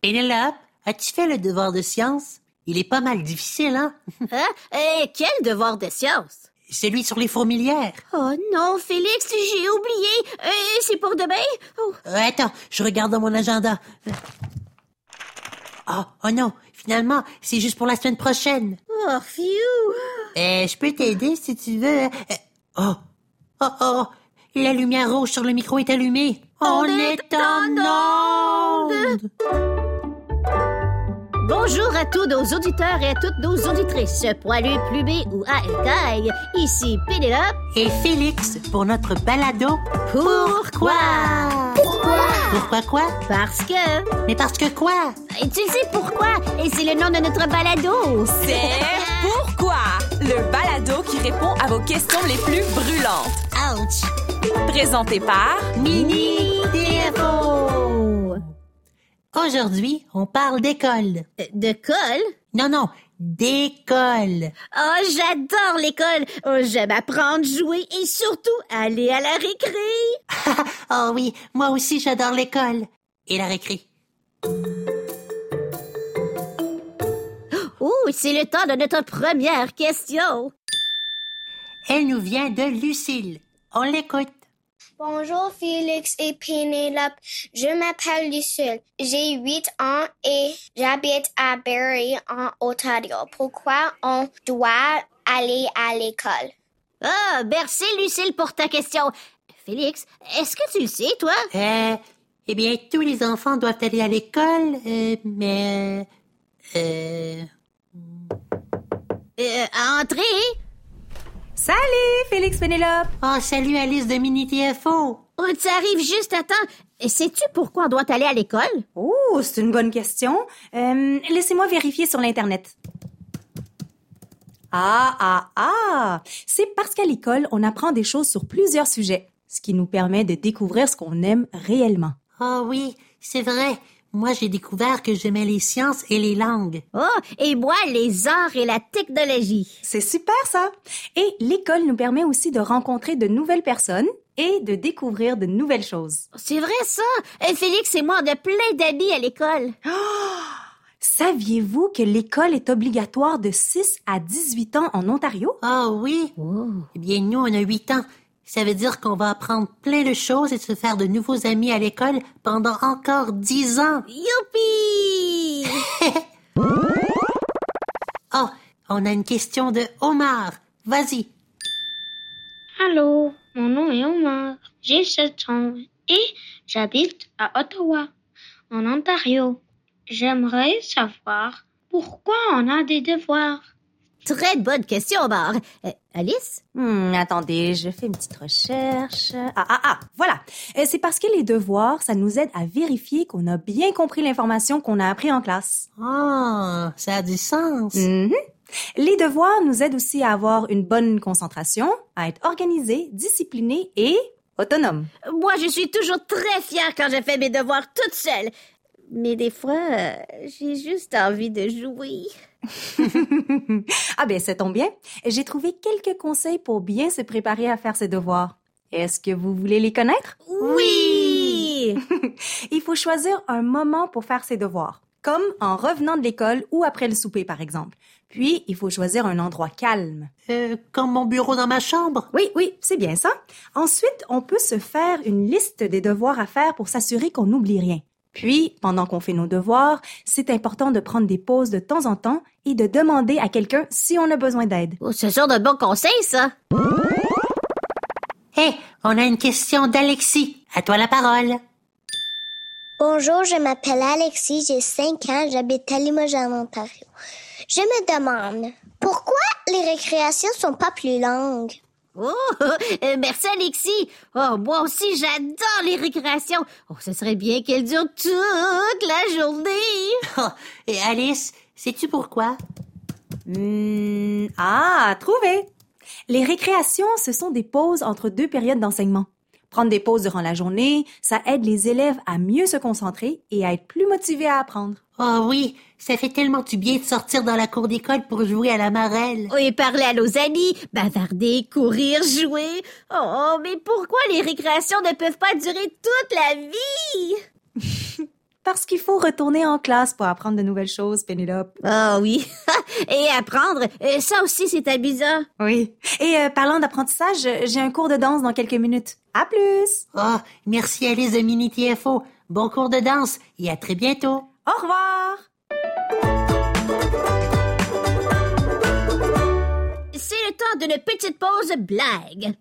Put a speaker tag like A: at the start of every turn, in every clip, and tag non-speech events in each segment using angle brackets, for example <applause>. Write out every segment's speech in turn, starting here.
A: Pénélope, as-tu fait le devoir de science? Il est pas mal difficile, hein?
B: Hein? Eh, quel devoir de science?
A: Celui sur les fourmilières.
B: Oh non, Félix, j'ai oublié. Euh, c'est pour demain? Oh,
A: Euh, attends, je regarde dans mon agenda. Ah, oh non, finalement, c'est juste pour la semaine prochaine.
B: oh phew.
A: Euh, je peux t'aider si tu veux. Euh, oh, oh, oh, la lumière rouge sur le micro est allumée.
B: On est en
A: onde.
B: Bonjour à tous nos auditeurs et à toutes nos auditrices, poilus, plumés ou à écailles. Ici Pénélope.
A: Et Félix, pour notre balado. Pourquoi quoi?
B: Parce que...
A: Mais parce que quoi?
B: Et tu le sais pourquoi? Et c'est le nom de notre balado.
C: C'est pourquoi le balado qui répond à vos questions les plus brûlantes.
A: Ouch!
C: Présenté par
A: Mini
B: Oh.
A: Aujourd'hui, on parle d'école.
B: Euh, De colle?
A: Non, non, d'école. <laughs>
B: Oh, j'adore l'école. Oh, j'aime apprendre, jouer et surtout aller à la récré.
A: oh oui, moi aussi j'adore l'école. Et la récré.
B: Oh, c'est le temps de notre première question.
A: Elle nous vient de Lucille. On l'écoute.
D: Bonjour Félix et Pénélope. Je m'appelle Lucille. J'ai 8 ans et j'habite à Barrie en Ontario. Pourquoi on doit aller à l'école?
B: Ah, merci Lucille pour ta question. Félix, est-ce que tu le sais, toi?
A: Euh, eh bien, tous les enfants doivent aller à l'école, euh, mais... Euh,
B: Euh, à entrer?
C: Salut Félix Pénélope.
A: Oh, salut Alice de Mini TFO.
B: On t'arrive juste à temps. Et Sais-tu pourquoi on doit aller à l'école?
E: Oh, c'est une bonne question. Euh, Laissez-moi vérifier sur l'Internet. Ah, ah, ah! C'est parce qu'à l'école, on apprend des choses sur plusieurs sujets, ce qui nous permet de découvrir ce qu'on aime réellement.
A: Oh oui, c'est vrai. Moi, j'ai découvert que j'aimais les sciences et les langues.
B: Oh, et moi, les arts et la technologie.
E: C'est super ça! Et l'école nous permet aussi de rencontrer de nouvelles personnes et de découvrir de nouvelles choses.
B: C'est vrai, ça. Euh, Félix et moi, on a plein d'amis à l'école.
E: Saviez-vous que l'école est obligatoire de 6 à 18 ans en Ontario?
A: Oh oui. Eh bien, nous, on a huit ans. Ça veut dire qu'on va apprendre plein de choses et se faire de nouveaux amis à l'école pendant encore dix ans.
B: Youpi!
A: <laughs> Oh, on a une question de Omar. Vas-y.
F: Allô, mon nom est Omar, j'ai 7 ans et j'habite à Ottawa, en Ontario. J'aimerais savoir pourquoi on a des devoirs.
B: Très bonne question, Omar. Euh, Alice?
E: Hmm, attendez, je fais une petite recherche. Ah, ah, ah, voilà. Euh, C'est parce que les devoirs, ça nous aide à vérifier qu'on a bien compris l'information qu'on a appris en classe.
A: Ah, ça a du sens.
E: Mhm. Les devoirs nous aident aussi à avoir une bonne concentration, à être organisé, discipliné et autonome.
B: Moi, je suis toujours très fière quand je fais mes devoirs toute seule. Mais des fois, euh, j'ai juste envie de jouer.
E: <laughs> ah ben, ça tombe bien. J'ai trouvé quelques conseils pour bien se préparer à faire ses devoirs. Est-ce que vous voulez les connaître?
B: Oui!
E: <laughs> Il faut choisir un moment pour faire ses devoirs, comme en revenant de l'école ou après le souper, par exemple. Puis, il faut choisir un endroit calme.
A: Euh, comme mon bureau dans ma chambre.
E: Oui, oui, c'est bien ça. Ensuite, on peut se faire une liste des devoirs à faire pour s'assurer qu'on n'oublie rien. Puis, pendant qu'on fait nos devoirs, c'est important de prendre des pauses de temps en temps et de demander à quelqu'un si on a besoin d'aide.
B: Oh, ce genre de bons conseils, ça.
A: Hé, Eh, on a une question d'Alexis. À toi la parole. <laughs>
D: Bonjour, je m'appelle Alexis, j'ai 5 ans, j'habite à Limoges en Ontario. Je me demande pourquoi les récréations sont pas plus longues?
B: Oh, <laughs> euh, merci Alexis. Oh, moi aussi, j'adore les récréations. Oh, ce serait bien qu'elles durent toute la journée.
A: Oh, et Alice, sais-tu pourquoi?
E: Hmm, ah, trouvé! Les récréations, ce sont des pauses entre deux périodes d'enseignement. Prendre des pauses durant la journée, ça aide les élèves à mieux se concentrer et à être plus motivés à apprendre.
A: Oh oui, ça fait tellement du bien de sortir dans la cour d'école pour jouer à la marelle.
B: Oui, Oh, parler à nos amis, bavarder, courir, jouer. Oh, mais pourquoi les récréations ne peuvent pas durer toute la vie?
E: parce qu'il faut retourner en classe pour apprendre de nouvelles choses, Pénélope.
B: Ah oui. <laughs> Et apprendre, euh, ça aussi c'est amusant.
E: Oui. Et euh, parlant d'apprentissage, euh, j'ai un cours de danse dans quelques minutes. À plus!
A: Ah, merci Alice de Mini TFO. Bon cours de danse et à très bientôt.
E: Au revoir!
B: C'est le temps d'une petite pause blague.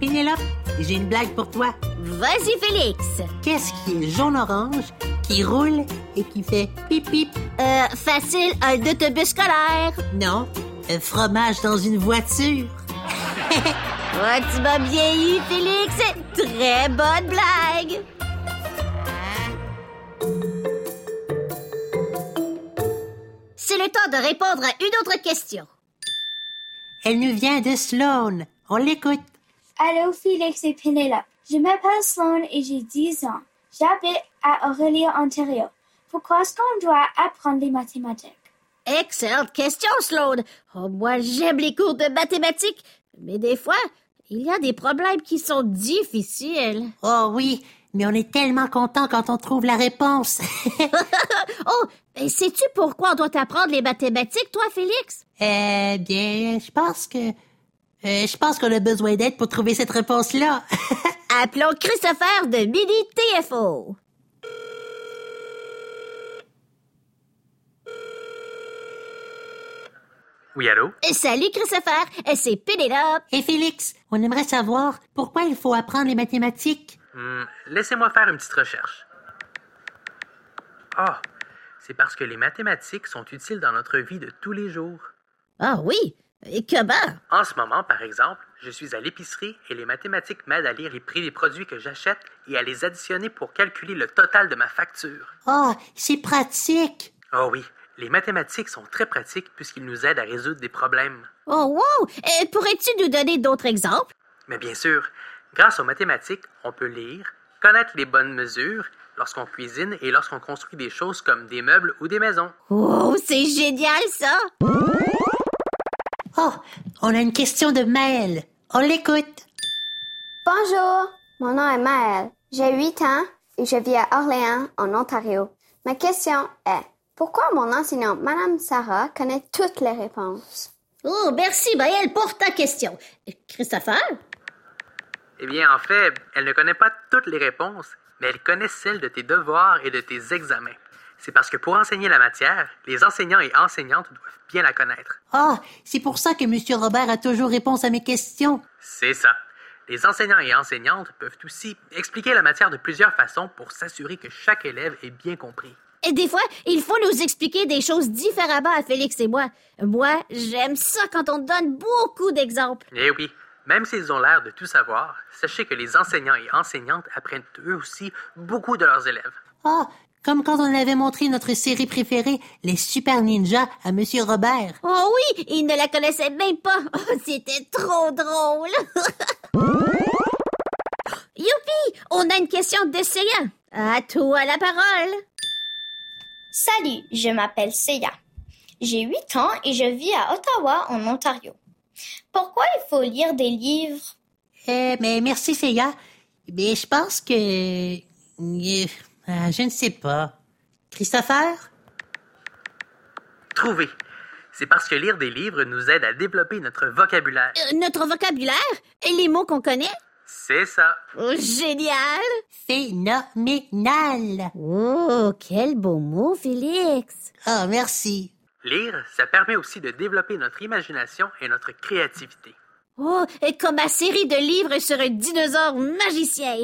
A: Pénélope, j'ai une blague pour toi.
B: Vas-y Félix.
A: Qu'est-ce qui est jaune-orange, qui roule et qui fait pip-pip?
B: Euh, facile, un autobus scolaire.
A: Non, un fromage dans une voiture.
B: Oh, tu m'as bien eu, Félix. Très bonne blague. C'est le temps de répondre à une autre question.
A: Elle nous vient de Sloan. On l'écoute.
G: Allô, Félix et Penelope. Je m'appelle Sloan et j'ai 10 ans. J'habite à Aurelia, Ontario. Pourquoi est-ce qu'on doit apprendre les mathématiques?
B: Excellente question, Sloan. Oh, moi, j'aime les cours de mathématiques, mais des fois, il y a des problèmes qui sont difficiles. <laughs>
A: Oh oui, mais on est tellement content quand on trouve la réponse. <laughs>
B: Oh, et sais-tu pourquoi on doit apprendre les mathématiques, toi, Félix?
A: eh bien, je pense que... euh, je pense qu'on a besoin d'aide pour trouver cette réponse-là. <laughs>
B: Appelons Christopher de Mini TFO.
H: Oui, allô?
B: Et Salut, Christopher. Et C'est Pénélope.
A: Et Félix, on aimerait savoir pourquoi il faut apprendre les mathématiques.
H: Hmm, Laissez-moi faire une petite recherche. Ah, c'est parce que les mathématiques sont utiles dans notre vie de tous les jours.
B: Ah oui. Et comment?
H: En ce moment, par exemple, je suis à l'épicerie et les mathématiques m'aident à lire les prix des produits que j'achète et à les additionner pour calculer le total de ma facture.
A: Ah, c'est pratique.
H: Oh oui, les mathématiques sont très pratiques puisqu'ils nous aident à résoudre des problèmes.
B: Oh wow! Euh, Pourrais-tu nous donner d'autres exemples?
H: Mais bien sûr, grâce aux mathématiques, on peut lire, connaître les bonnes mesures lorsqu'on cuisine et lorsqu'on construit des choses comme des meubles ou des maisons.
B: Oh, c'est génial ça!
A: Oh, on a une question de Maël. On l'écoute.
D: Bonjour, mon nom est Maëlle. J'ai 8 ans et je vis à Orléans, en Ontario. Ma question est, pourquoi mon enseignant, Madame Sarah, connaît toutes les réponses?
B: Oh, merci Maëlle pour ta question. Christopher?
H: Eh bien, en fait, elle ne connaît pas toutes les réponses, mais elle connaît celles de tes devoirs et de tes examens. C'est parce que pour enseigner la matière, les enseignants et enseignantes doivent bien la connaître.
A: Ah, c'est pour ça que Monsieur Robert a toujours réponse à mes questions.
H: C'est ça. Les enseignants et enseignantes peuvent aussi expliquer la matière de plusieurs façons pour s'assurer que chaque élève est bien compris.
B: Et des fois, il faut nous expliquer des choses différemment à Félix et moi. Moi, j'aime ça quand on donne beaucoup d'exemples.
H: Eh oui, même s'ils ont l'air de tout savoir, sachez que les enseignants et enseignantes apprennent eux aussi beaucoup de leurs élèves.
A: Ah, comme quand on avait montré notre série préférée, les Super Ninjas, à Monsieur Robert.
B: Oh oui, il ne la connaissait même pas. <laughs> Oh, c'était trop drôle. <laughs> Youpi, on a une question d'essayant. À toi la parole.
D: Salut, je m'appelle Seiya. J'ai 8 ans et je vis à Ottawa, en Ontario. Pourquoi il faut lire des livres?
A: Eh, mais merci, Seiya. Mais je pense que... euh, ah, je ne sais pas. Christopher?
H: Trouver. C'est parce que lire des livres nous aide à développer notre vocabulaire.
B: Euh, notre vocabulaire et les mots qu'on connaît.
H: C'est ça.
B: Oh, génial.
A: Phénoménal.
B: Oh, quel beau mot, Félix.
A: Ah, merci.
H: Lire, ça permet aussi de développer notre imagination et notre créativité.
B: Oh, et comme ma série de livres sur un dinosaure magicien.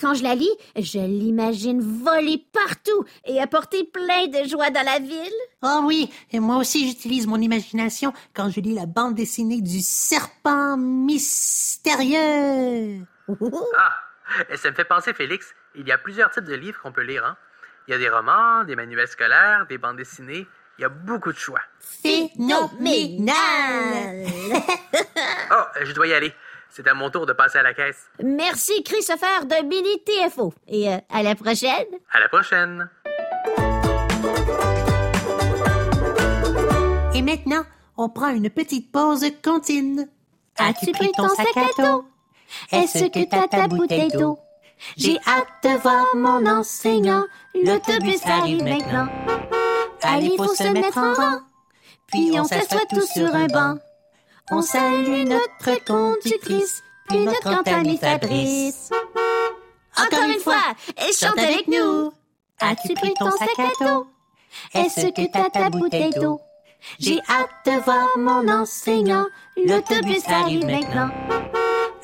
B: Quand je la lis, je l'imagine voler partout et apporter plein de joie dans la ville.
A: Ah oui, et moi aussi j'utilise mon imagination quand je lis la bande dessinée du serpent mystérieux.
H: Ah, et ça me fait penser, Félix, il y a plusieurs types de livres qu'on peut lire. Hein? Il y a des romans, des manuels scolaires, des bandes dessinées. Il y a beaucoup de choix.
A: Phénoménal.
H: Oh, je dois y aller. C'est à mon tour de passer à la caisse.
B: Merci, Christopher de Mini TFO. Et euh, à la prochaine.
H: À la prochaine.
A: Et maintenant, on prend une petite pause cantine.
B: As-tu pris ton sac à dos? Est-ce que t'as ta bouteille d'eau?
A: J'ai hâte de voir mon enseignant. L'autobus arrive maintenant. Allez, faut se mettre en rang. Puis on s'assoit tous sur un banc. On salue notre conductrice, puis notre compagnie Fabrice.
B: Encore une fois, et chante avec nous.
A: As-tu pris ton sac à dos? Est-ce que t'as ta bouteille d'eau? J'ai hâte de voir mon enseignant. L'autobus arrive maintenant.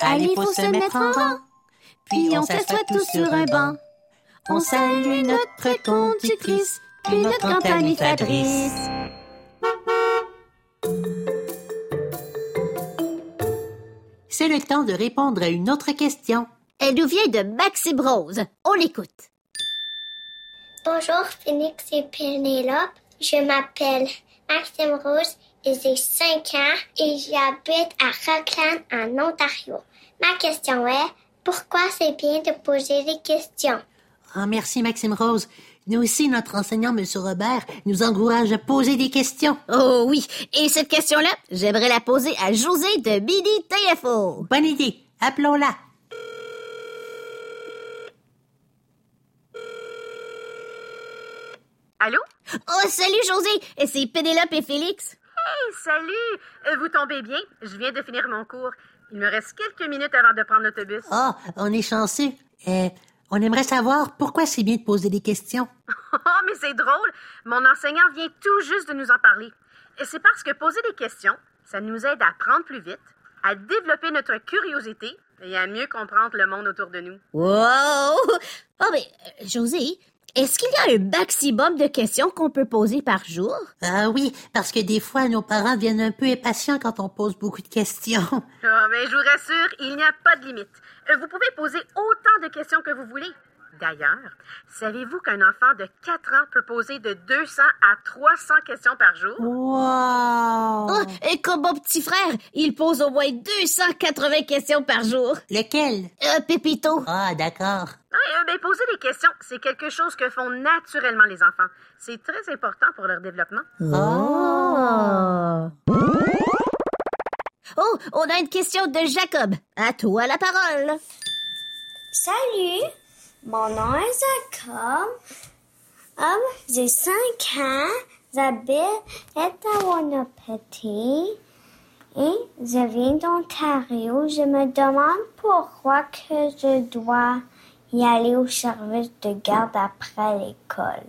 A: Allez, faut se mettre en rang. Puis on s'assoit tous sur un banc. On salue notre conductrice, puis notre grande amie Fabrice. C'est le temps de répondre à une autre question.
B: Elle nous vient de Maxime Rose. On l'écoute.
D: Bonjour Phoenix et Pénélope. Je m'appelle Maxime Rose et j'ai 5 ans et j'habite à Rockland en Ontario. Ma question est pourquoi c'est bien de poser des questions?
A: Ah, merci, Maxime Rose. Nous aussi, notre enseignant, M. Robert, nous encourage à poser des questions.
B: Oh oui, et cette question-là, j'aimerais la poser à José de Midi TFO.
A: Bonne idée. Appelons-la.
I: Allô?
B: Oh, salut José, c'est Pénélope et Félix.
I: Hey, salut! Euh, Vous tombez bien? Je viens de finir mon cours. Il me reste quelques minutes avant de prendre l'autobus. <laughs>
A: Ah, on est chanceux. Euh, on aimerait savoir pourquoi c'est bien de poser des questions.
I: Oh, mais c'est drôle! Mon enseignant vient tout juste de nous en parler. Et c'est parce que poser des questions, ça nous aide à apprendre plus vite, à développer notre curiosité et à mieux comprendre le monde autour de nous.
B: Wow! Oh, mais, euh, José, est-ce qu'il y a un maximum de questions qu'on peut poser par jour?
A: Ah oui, parce que des fois, nos parents viennent un peu impatients quand on pose beaucoup de questions. <laughs>
I: Ah, mais je vous rassure, il n'y a pas de limite. Euh, Vous pouvez poser autant de questions que vous voulez. D'ailleurs, savez-vous qu'un enfant de 4 ans peut poser de 200 à 300 questions par jour?
A: Wow!
B: Oh, et comme mon petit frère, il pose au moins 280 questions par jour.
A: Lequel?
B: Euh, Pépito.
A: Ah, d'accord.
I: Ouais, euh, ben, poser des questions, c'est quelque chose que font naturellement les enfants. C'est très important pour leur développement.
B: Oh! Oh, on a une question de Jacob. À toi la parole.
D: Salut, mon nom est Jacob. Hum, j'ai 5 ans. J'habite à Wanapiti. Et je viens d'Ontario. Je me demande pourquoi que je dois y aller au service de garde après l'école.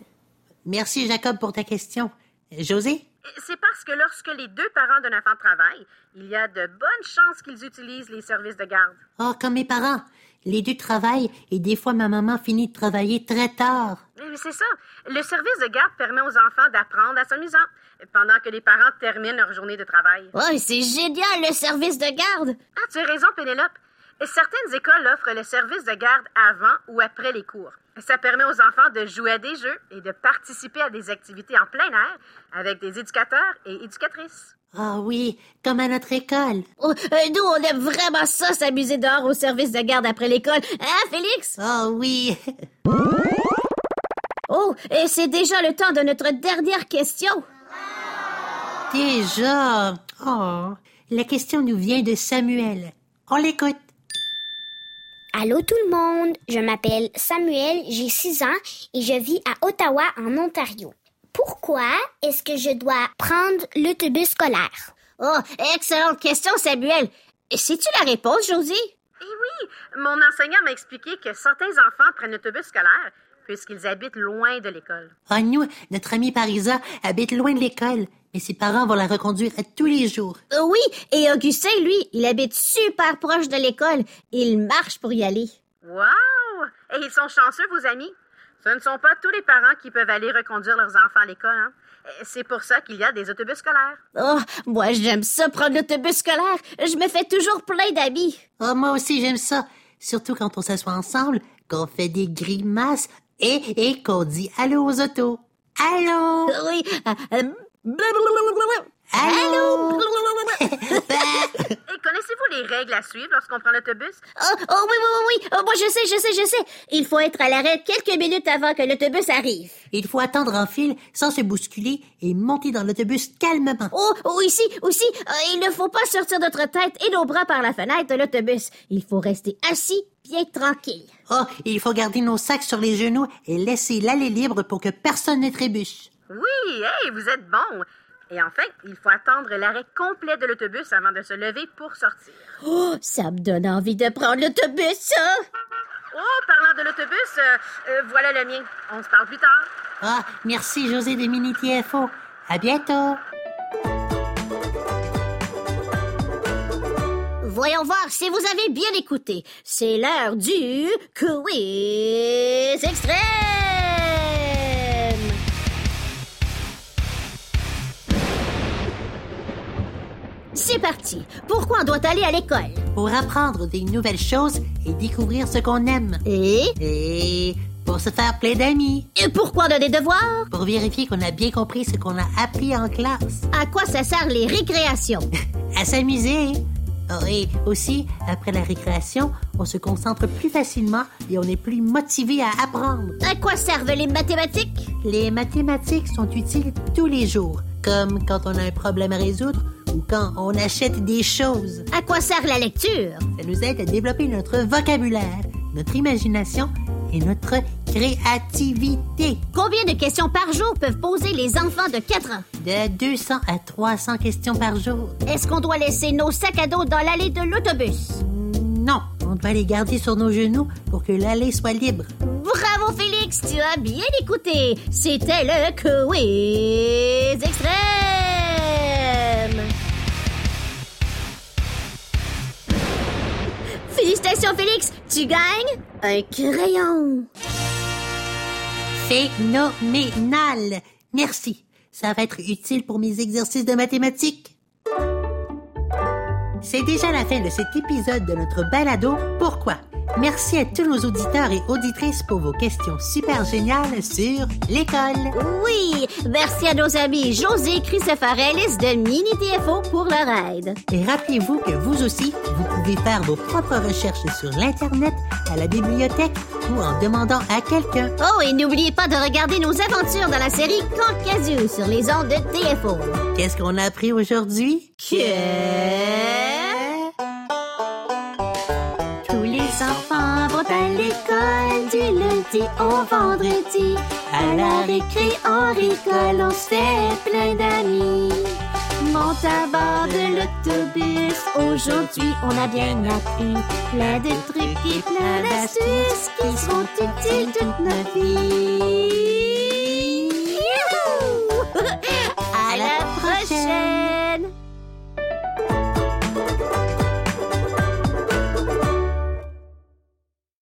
A: Merci, Jacob, pour ta question. Euh, José?
I: C'est parce que lorsque les deux parents d'un enfant travaillent, il y a de bonnes chances qu'ils utilisent les services de garde.
A: Ah, comme mes parents. Les deux travaillent et des fois, ma maman finit de travailler très tard.
I: Mais Eh C'est ça. Le service de garde permet aux enfants d'apprendre à s'amusant pendant que les parents terminent leur journée de travail.
B: Oh, c'est génial le service de garde.
I: Ah, tu as raison, Pénélope. Certaines écoles offrent le service de garde avant ou après les cours. Ça permet aux enfants de jouer à des jeux et de participer à des activités en plein air avec des éducateurs et éducatrices.
A: Ah oui, comme à notre école.
B: Oh, euh, nous, on aime vraiment ça, s'amuser dehors au service de garde après l'école. Hein, Félix?
A: Ah oui. <laughs>
B: Oh, et c'est déjà le temps de notre dernière question.
A: Déjà. Oh. La question nous vient de Samuel. On l'écoute.
D: Allô tout le monde, je m'appelle Samuel, j'ai 6 ans et je vis à Ottawa en Ontario. Pourquoi est-ce que je dois prendre l'autobus scolaire?
B: Oh, excellente question, Samuel. Sais-tu la réponse, Josie?
I: Et oui, mon enseignant m'a expliqué que certains enfants prennent l'autobus scolaire puisqu'ils habitent loin de l'école.
A: Ah, nous, notre amie Parisa habite loin de l'école, mais ses parents vont la reconduire à tous les jours.
B: Euh, oui, et Augustin, lui, il habite super proche de l'école. Il marche pour y aller.
I: Wow! Et ils sont chanceux, vos amis. Ce ne sont pas tous les parents qui peuvent aller reconduire leurs enfants à l'école. Hein? Et C'est pour ça qu'il y a des autobus scolaires.
B: Oh, moi, j'aime ça prendre l'autobus scolaire. Je me fais toujours plein d'amis.
A: Ah, moi aussi, j'aime ça. Surtout quand on s'assoit ensemble, qu'on fait des grimaces et, et qu'on dit allô aux autos. Allô!
B: Oui. euh, euh, blablabla.
A: Allô?
B: Allô?
A: Ben,
I: Et Connaissez-vous les règles à suivre lorsqu'on prend l'autobus?
B: Oh, oh oui, oui, oui, oui. Oh, moi, je sais, je sais, je sais. Il faut être à l'arrêt quelques minutes avant que l'autobus arrive.
A: Il faut attendre en file sans se bousculer et monter dans l'autobus calmement.
B: Oh, oh, ici, aussi, euh, il ne faut pas sortir notre tête et nos bras par la fenêtre de l'autobus. Il faut rester assis, bien tranquille.
A: Oh, il faut garder nos sacs sur les genoux et laisser l'allée libre pour que personne ne trébuche.
I: Oui, hey, vous êtes bon. Et enfin, il faut attendre l'arrêt complet de l'autobus avant de se lever pour sortir.
B: Oh, ça me donne envie de prendre l'autobus, hein? ça!
I: Oh, parlant de l'autobus, euh, euh, voilà le mien. On se parle plus tard.
A: Ah, merci José de Mini TFO. À bientôt.
B: Voyons voir si vous avez bien écouté. C'est l'heure du quiz extrême. C'est parti. Pourquoi on doit aller à l'école?
A: Pour apprendre des nouvelles choses et découvrir ce qu'on aime.
B: Et?
A: Et pour se faire plein d'amis.
B: Et pourquoi on a des devoirs?
A: Pour vérifier qu'on a bien compris ce qu'on a appris en classe.
B: À quoi ça sert les récréations?
A: À s'amuser. Oh, Et aussi, après la récréation, on se concentre plus facilement et on est plus motivé à apprendre.
B: À quoi servent les mathématiques?
A: Les mathématiques sont utiles tous les jours, comme quand on a un problème à résoudre ou quand on achète des choses.
B: À quoi sert la lecture?
A: Ça nous aide à développer notre vocabulaire, notre imagination et notre créativité.
B: Combien de questions par jour peuvent poser les enfants de 4 ans?
A: De 200 à 300 questions par jour.
B: Est-ce qu'on doit laisser nos sacs à dos dans l'allée de l'autobus?
A: Non, on doit les garder sur nos genoux pour que l'allée soit libre.
B: Bravo Félix, tu as bien écouté. C'était le quiz extrême. Félicitations Félix, tu gagnes un crayon.
A: Phénoménal. Merci. Ça va être utile pour mes exercices de mathématiques. C'est déjà la fin de cet épisode de notre balado Pourquoi? Merci à tous nos auditeurs et auditrices pour vos questions super géniales sur l'école.
B: Oui, merci à nos amis José, Christopher Ellis de Mini TFO pour leur aide.
A: Et rappelez-vous que vous aussi, vous pouvez faire vos propres recherches sur l'Internet, à la bibliothèque ou en demandant à quelqu'un.
B: Oh, et n'oubliez pas de regarder nos aventures dans la série Caucasieu sur les ondes de TFO.
A: Qu'est-ce qu'on a appris aujourd'hui?
B: Que...
A: Tous les enfants vont
B: À l'école du lundi au vendredi, à la récré on rigole, on se fait plein d'amis. Monte à bord de l'autobus, aujourd'hui on a bien appris plein de trucs et plein d'astuces qui sont utiles toute notre vie.